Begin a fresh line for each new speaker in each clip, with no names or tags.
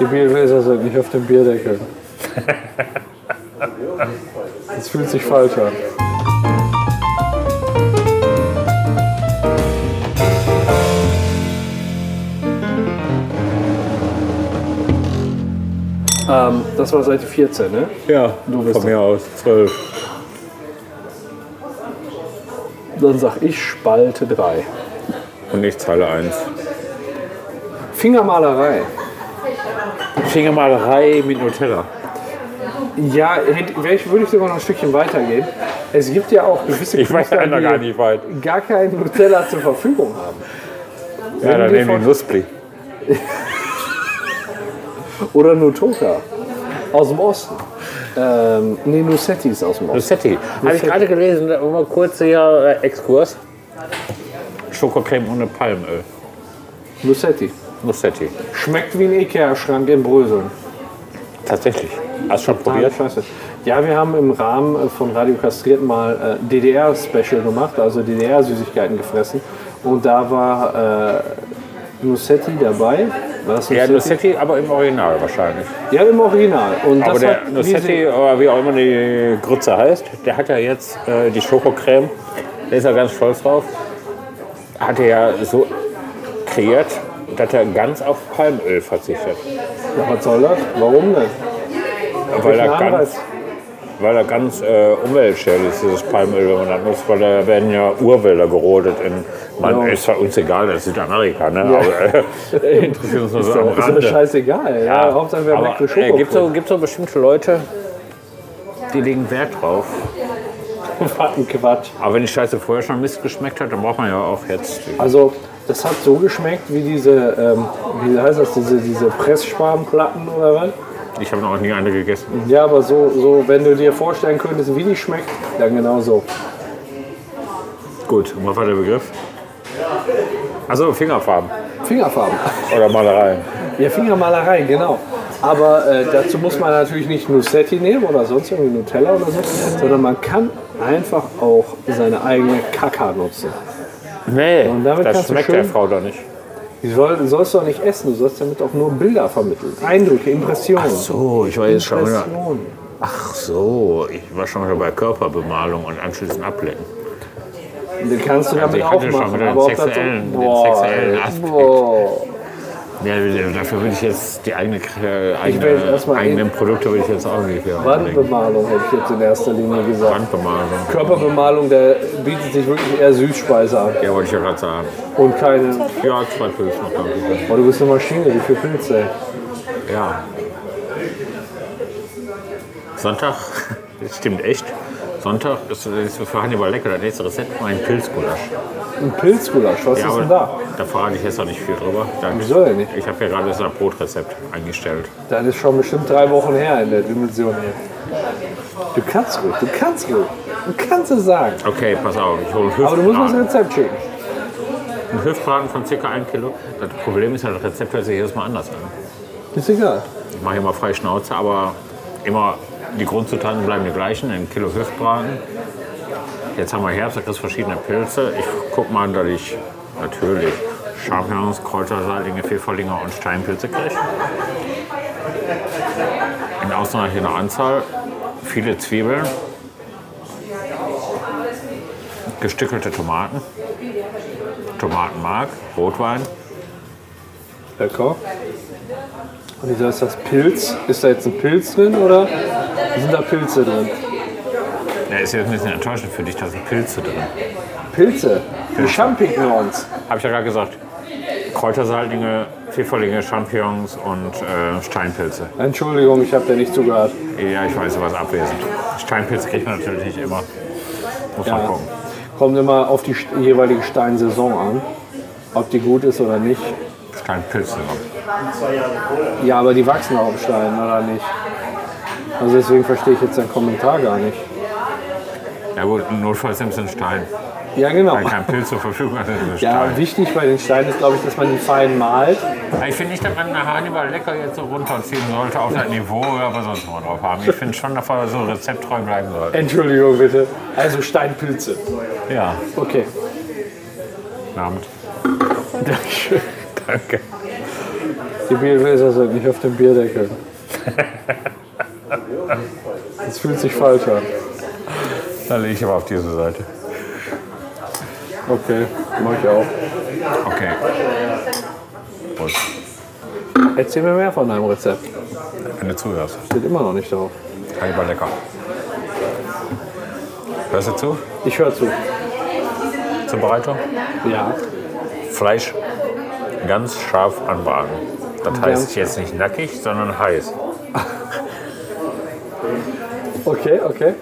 Die Biergläser
also
sind nicht auf dem Bierdeckel. Das fühlt sich falsch an.
Ähm, das war Seite 14, ne?
Ja,
Du bist
von mir aus. Zwölf.
Dann sag ich Spalte 3.
Und ich zahle eins.
Fingermalerei.
Fingermalerei mit Nutella.
Ja, hätte- wär ich- würde ich sogar noch ein Stückchen weitergehen. Es gibt ja auch gewisse
Ich weiß
Künstler,
ja noch
die
gar nicht weit.
gar keinen Nutella zur Verfügung haben.
Ja, dann
die
nehmen
von-
die Nuspli.
Oder Nutoka aus dem Osten. Ähm, nee, Nussetti ist aus dem Osten.
Nussetti. Habe ich gerade gelesen, da mal kurz hier äh, Exkurs. Schokocreme ohne Palmöl.
Nussetti.
Nussetti.
Schmeckt wie ein Ikea-Schrank in Bröseln.
Tatsächlich. Hast du schon
Probiert?
probiert?
Scheiße. Ja, wir haben im Rahmen äh, von Radio Kastriert mal äh, DDR-Special gemacht, also DDR-Süßigkeiten gefressen. Und da war äh, Nussetti dabei. War das
Ja,
Nussetti?
Nussetti, aber im Original wahrscheinlich.
Ja, im Original. Und
Aber
das
der
hat
Nussetti, oder wie auch immer die Grütze heißt, der hat ja jetzt äh, die Schokocreme, da ist er ganz stolz drauf, hat er ja so kreiert, dass er ganz auf Palmöl verzichtet.
diese, ja, was soll das? Warum denn?
Weil er
Welchen
ganz,
Anreiz?
weil er ganz äh, umweltschädlich ist, dieses Palmöl, wenn man das nutzt, weil da werden ja Urwälder gerodet. In, man,
Ja.
ist ja uns egal, das ist Südamerika, ne? aber äh, interessiert uns nur so am
Ist mir
Rande.
scheißegal. Ja, Hauptsache wir haben
aber,
leckere
äh,
Schoko.
gibt so, gibt so bestimmte Leute, die legen Wert drauf.
Quatsch.
Aber wenn die Scheiße vorher schon Mist geschmeckt hat, dann braucht man ja auch jetzt.
Also, das hat so geschmeckt wie diese, ähm, wie heißt das, diese, diese Pressspanplatten oder was?
Ich habe noch nie eine gegessen.
Ja, aber so, so, wenn du dir vorstellen könntest, wie die schmeckt, dann genau so.
Gut, und was war der Begriff? Also Fingerfarben
Fingerfarben.
oder Malereien.
Ja, Fingermalerei, genau. Aber äh, dazu muss man natürlich nicht Nussetti nehmen oder sonst irgendwie Nutella oder so, sondern man kann einfach auch seine eigene Kaka nutzen.
Nee,
Und damit
das
kannst du
schmeckt
schön-
der Frau doch nicht.
Du soll, du sollst doch nicht essen, du sollst damit auch nur Bilder vermitteln. Eindrücke, Impressionen.
So, ich war jetzt schon wieder.
Impressionen.
Ach so, ich war schon wieder bei Körperbemalung und anschließend ablecken.
Den kannst du
Also
damit
ich
auch
hatte schon
machen.
wieder den
Aber ob das
sexuellen, den
Boah,
sexuellen
ey,
Aspekt.
boah.
Ja, dafür würde ich jetzt die eigene, äh,
will jetzt
eigene
erstmal
eigenen Produkte würde ich jetzt auch nicht hier anlegen.
Wandbemalung hätte ich jetzt in erster Linie gesagt.
Wandbemalung.
Körperbemalung, der bietet sich wirklich eher Süßspeise an
Ja, wollte ich ja gerade sagen.
und keine.
Ja, zwei Pilze noch, glaube ich.
Boah, du bist eine Maschine, wie viel Pilze. ey.
Ja. Sonntag, das stimmt echt. Sonntag ist, ist für Hannibal lecker. Das nächste Rezept war ein Pilzgulasch.
Ein Pilzgulasch, was ist denn da?
da verrate ich jetzt noch nicht viel drüber. Dann,
Wieso denn nicht?
Ich habe ja gerade das Brotrezept eingestellt.
Das ist schon bestimmt drei Wochen her in der Dimension hier. Du kannst ruhig, du kannst ruhig. Du kannst es sagen.
Okay, pass auf. Ich hole
Aber du musst mir das
Hüftbraten.
Rezept schicken.
Ein Hüftbraten von ca. 1 Kilo. Das Problem ist ja, das Rezept hört sich jedes Mal anders an.
Ist egal.
Ich mache immer frei Schnauze, aber immer die Grundzutaten bleiben die gleichen. Ein Kilo Hüftbraten, Jetzt haben wir Herbst, da kriegst du verschiedene Pilze. Ich guck mal, dass ich natürlich Champignons, Kräutersaatlinge, Pfifferlinge und Steinpilze kriege. In ausreichender Anzahl. Viele Zwiebeln. Gestückelte Tomaten. Tomatenmark, Rotwein.
Lecker. Und wieso ist das Pilz? Ist da jetzt ein Pilz drin oder sind da Pilze drin?
Ja, ist jetzt ein bisschen enttäuschend für dich, da sind Pilze drin.
Pilze? Die Champignons.
Habe ich ja gerade gesagt. Kräutersaatlinge, Pfifferlinge, Champignons und äh, Steinpilze.
Entschuldigung, ich habe dir nicht zugehört.
Ja, ich weiß, was abwesend. Steinpilze kriegt man natürlich nicht immer. Muss man
Ja.
gucken.
Kommt immer auf die st- jeweilige Steinsaison an, ob die gut ist oder nicht.
Steinpilze. ne?
Ja, aber die wachsen auch auf Steinen, oder nicht? Also deswegen verstehe ich jetzt deinen Kommentar gar nicht.
Ja gut, notfalls nimmst du einen Stein.
Ja, genau.
Wenn kein Pilz zur Verfügung hat, nimmst du einen
Ja,
Stein.
wichtig bei den Steinen ist, glaube ich, dass man die fein malt.
Ich finde nicht, dass man eine Hannibal lecker jetzt so runterziehen sollte auf das Niveau, ja, was sonst immer drauf haben. Ich finde schon, dass wir so rezepttreu bleiben sollten.
Entschuldigung, bitte. Also Steinpilze.
Ja,
Okay.
guten Abend.
Dankeschön.
Danke.
Die Biergläser sind nicht auf dem Bierdeckel. Das fühlt sich falsch an.
Dann lege ich aber auf diese Seite.
Okay, mach ich auch.
Okay. Prost.
Erzähl mir mehr von deinem Rezept.
Wenn du zuhörst.
Steht immer noch nicht drauf.
Halber lecker. Hörst du zu?
Ich höre zu.
Zubereitung?
Ja.
Fleisch ganz scharf anbraten. Das heißt jetzt nicht nackig, sondern heiß.
Okay, okay.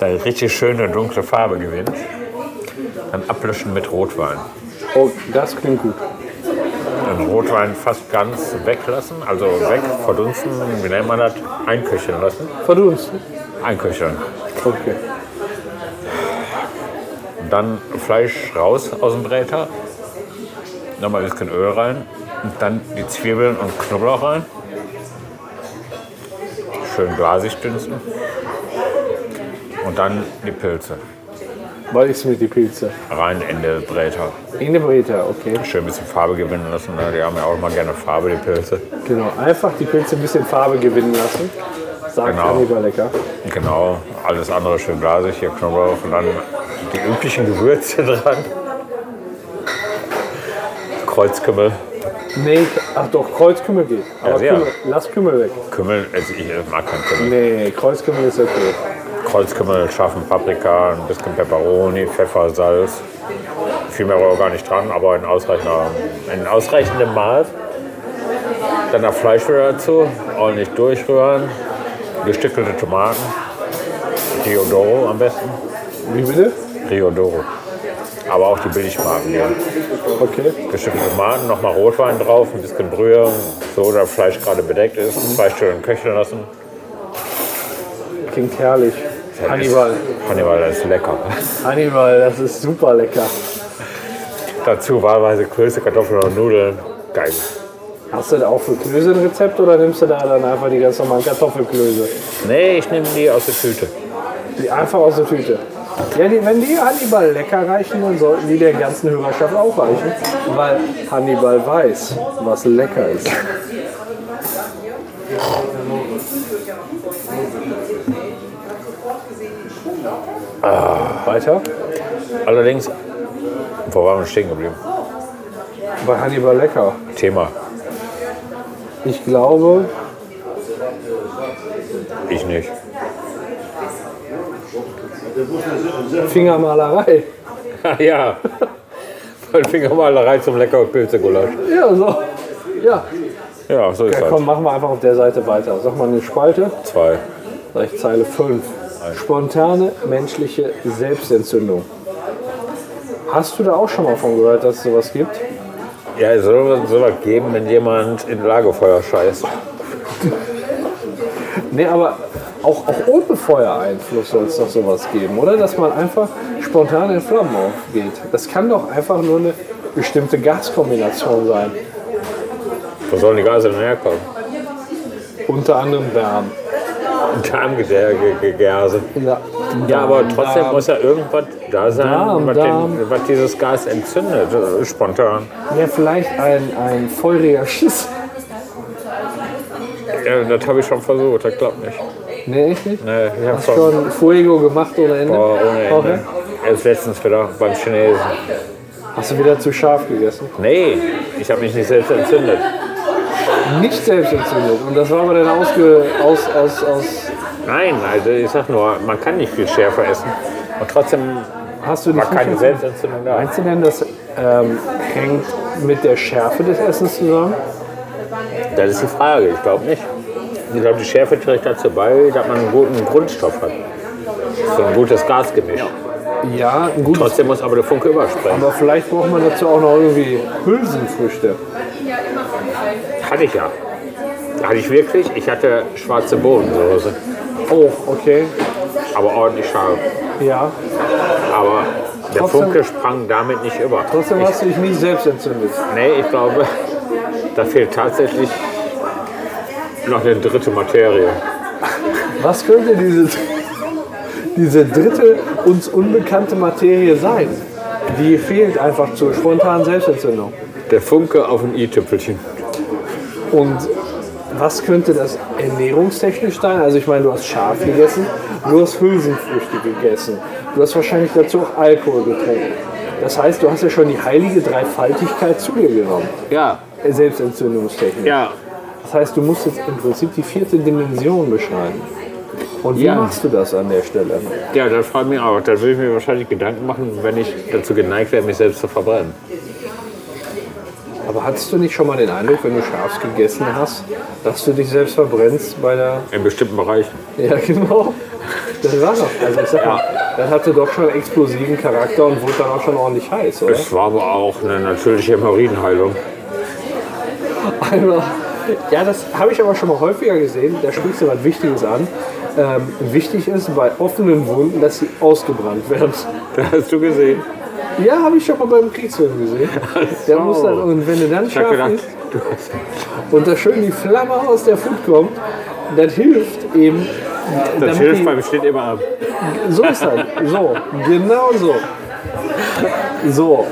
Da die richtig schöne dunkle Farbe gewinnt. Dann ablöschen mit Rotwein.
Oh, das klingt gut.
Den Rotwein fast ganz weglassen, also weg, verdunsten, wie nennt man das? Einköcheln lassen.
Verdunsten.
Einköcheln.
Okay.
Dann Fleisch raus aus dem Bräter. Nochmal ein bisschen Öl rein. Und dann die Zwiebeln und Knoblauch rein. Schön glasig dünsten. Und dann die Pilze.
Was ist mit die Pilze?
Rein in den Bräter.
In der Breta, okay.
Schön ein bisschen Farbe gewinnen lassen. Ne? Die haben ja auch mal gerne Farbe, die Pilze.
Genau. Einfach die Pilze ein bisschen Farbe gewinnen lassen. Sagt
Genau.
Annika lecker.
Genau, alles andere schön glasig. Hier Knoblauch und dann die üblichen Gewürze dran. Kreuzkümmel.
Nee, ach doch, Kreuzkümmel geht. Aber
sehr.
Kümmel, lass Kümmel weg.
Kümmel, also ich mag keinen Kümmel.
Nee, Kreuzkümmel ist okay.
Kreuzkümmel, scharfen Paprika, ein bisschen Peperoni, Pfeffer, Salz. Viel mehr war auch gar nicht dran, aber in, ausreichender, in ausreichendem Maß. Dann das Fleisch wieder dazu, ordentlich durchrühren. Gestückelte Tomaten. Riodoro am besten.
Wie bitte?
Riodoro. Aber auch die Billigmarken hier.
Okay.
Gestückelte Tomaten, nochmal Rotwein drauf, ein bisschen Brühe, so dass Fleisch gerade bedeckt ist. Zwei Stunden köcheln lassen.
Klingt herrlich. Hannibal.
Hannibal, das ist lecker.
Hannibal, das ist super lecker.
Dazu wahlweise Klöße, Kartoffeln und Nudeln. Geil.
Hast du da auch für Klöße ein Rezept oder nimmst du da dann einfach die ganz normalen Kartoffelklöße?
Nee, ich nehme die aus der Tüte.
Die einfach aus der Tüte. Ja, die, wenn die Hannibal lecker reichen, dann sollten die der ganzen Hörerschaft auch reichen. Weil Hannibal weiß, was lecker ist. Ah. Weiter?
Allerdings, wo waren wir stehen geblieben?
Bei Hannibal lecker.
Thema.
Ich glaube,
Ich nicht.
Fingermalerei.
ja. Von Fingermalerei zum lecker Pilzegulasch.
Ja, so. Ja.
Ja, so ist
ja,
das.
komm, machen wir einfach auf der Seite weiter. Sag mal eine Spalte.
Zwei.
Sag ich Zeile 5. Spontane menschliche Selbstentzündung. Hast du da auch schon mal von gehört, dass es sowas gibt?
Ja, es soll soll was geben, wenn jemand in Lagerfeuer scheißt.
Nee, aber auch, auch ohne Feuereinfluss soll es doch sowas geben, oder? Dass man einfach spontan in Flammen aufgeht. Das kann doch einfach nur eine bestimmte Gaskombination sein.
Wo sollen die Gase denn herkommen?
Unter anderem Bern.
Darmgase.
Ja,
Ja, aber trotzdem muss ja irgendwas da sein,
Darm,
was,
Darm.
Den, was dieses Gas entzündet. äh, Spontan.
Ja, vielleicht ein, ein feuriger Schiss.
Ja, das habe ich schon versucht, das klappt nicht.
Nee, echt nicht?
Nee, Äh, ich habe
Hast schon Fuego gemacht ohne Ende?
Boah, ohne Ende.
Okay.
Erst letztens wieder beim Chinesen.
Hast du wieder zu scharf gegessen?
Nee, ich habe mich nicht selbst entzündet.
Nicht selbst entzündet. Und das war aber dann ausge, aus, aus, aus.
Nein, also ich sag nur, man kann nicht viel schärfer essen. Und trotzdem
Hast du
war
nicht
keine
verstanden?
Selbstentzündung da.
Meinst du denn, das ähm, hängt mit der Schärfe des Essens zusammen?
Das ist die Frage, ich glaube nicht. Ich glaube, die Schärfe trägt dazu bei, dass man einen guten Grundstoff hat. So ein gutes Gasgemisch.
Ja, gut.
Trotzdem muss aber der Funke überspringen.
Aber vielleicht braucht man dazu auch noch irgendwie Hülsenfrüchte.
Hatte ich ja. Hatte ich wirklich. Ich hatte schwarze Bohnensoße.
Oh, okay.
Aber ordentlich scharf.
Ja.
Aber der
Trotzdem-
Funke sprang damit nicht über.
Trotzdem
ich
hast du dich nicht selbst entzündet.
Nee, ich glaube, da fehlt tatsächlich noch eine dritte Materie.
Was könnte diese, diese dritte, uns unbekannte Materie sein? Die fehlt einfach zur spontanen Selbstentzündung.
Der Funke auf dem i-Tüpfelchen.
Und was könnte das ernährungstechnisch sein? Also ich meine, du hast Schaf gegessen, du hast Hülsenfrüchte gegessen, du hast wahrscheinlich dazu auch Alkohol getrunken. Das heißt, du hast ja schon die heilige Dreifaltigkeit zu dir genommen,
Ja,
Selbstentzündungstechnik.
ja.
Das heißt, du musst jetzt im Prinzip die vierte Dimension beschreiben. Und wie
Ja.
machst du das an der Stelle?
Ja, das fragt mich auch. Da würde ich mir wahrscheinlich Gedanken machen, wenn ich dazu geneigt wäre, mich selbst zu verbrennen.
Aber hattest du nicht schon mal den Eindruck, wenn du Schafs gegessen hast, dass du dich selbst verbrennst bei der
In bestimmten Bereichen.
Ja, genau. Das war doch. Also ich sag mal, das hatte doch schon explosiven Charakter und wurde dann auch schon ordentlich heiß, oder?
Es war aber auch eine natürliche Hämorrhoidenheilung.
Einmal. Ja, das habe ich aber schon mal häufiger gesehen. Da sprichst du was Wichtiges an. Ähm, wichtig ist bei offenen Wunden, dass sie ausgebrannt werden.
Das hast du gesehen.
Ja, habe ich schon mal beim Kriegsfilm gesehen. Der muss dann, und wenn du dann
Ich hab
scharf
gedacht,
isst
du hast
und da schön die Flamme aus der Food kommt, das hilft eben.
das
damit
hilft
die-
beim Steht immer ab.
So ist das. So, genau so. So,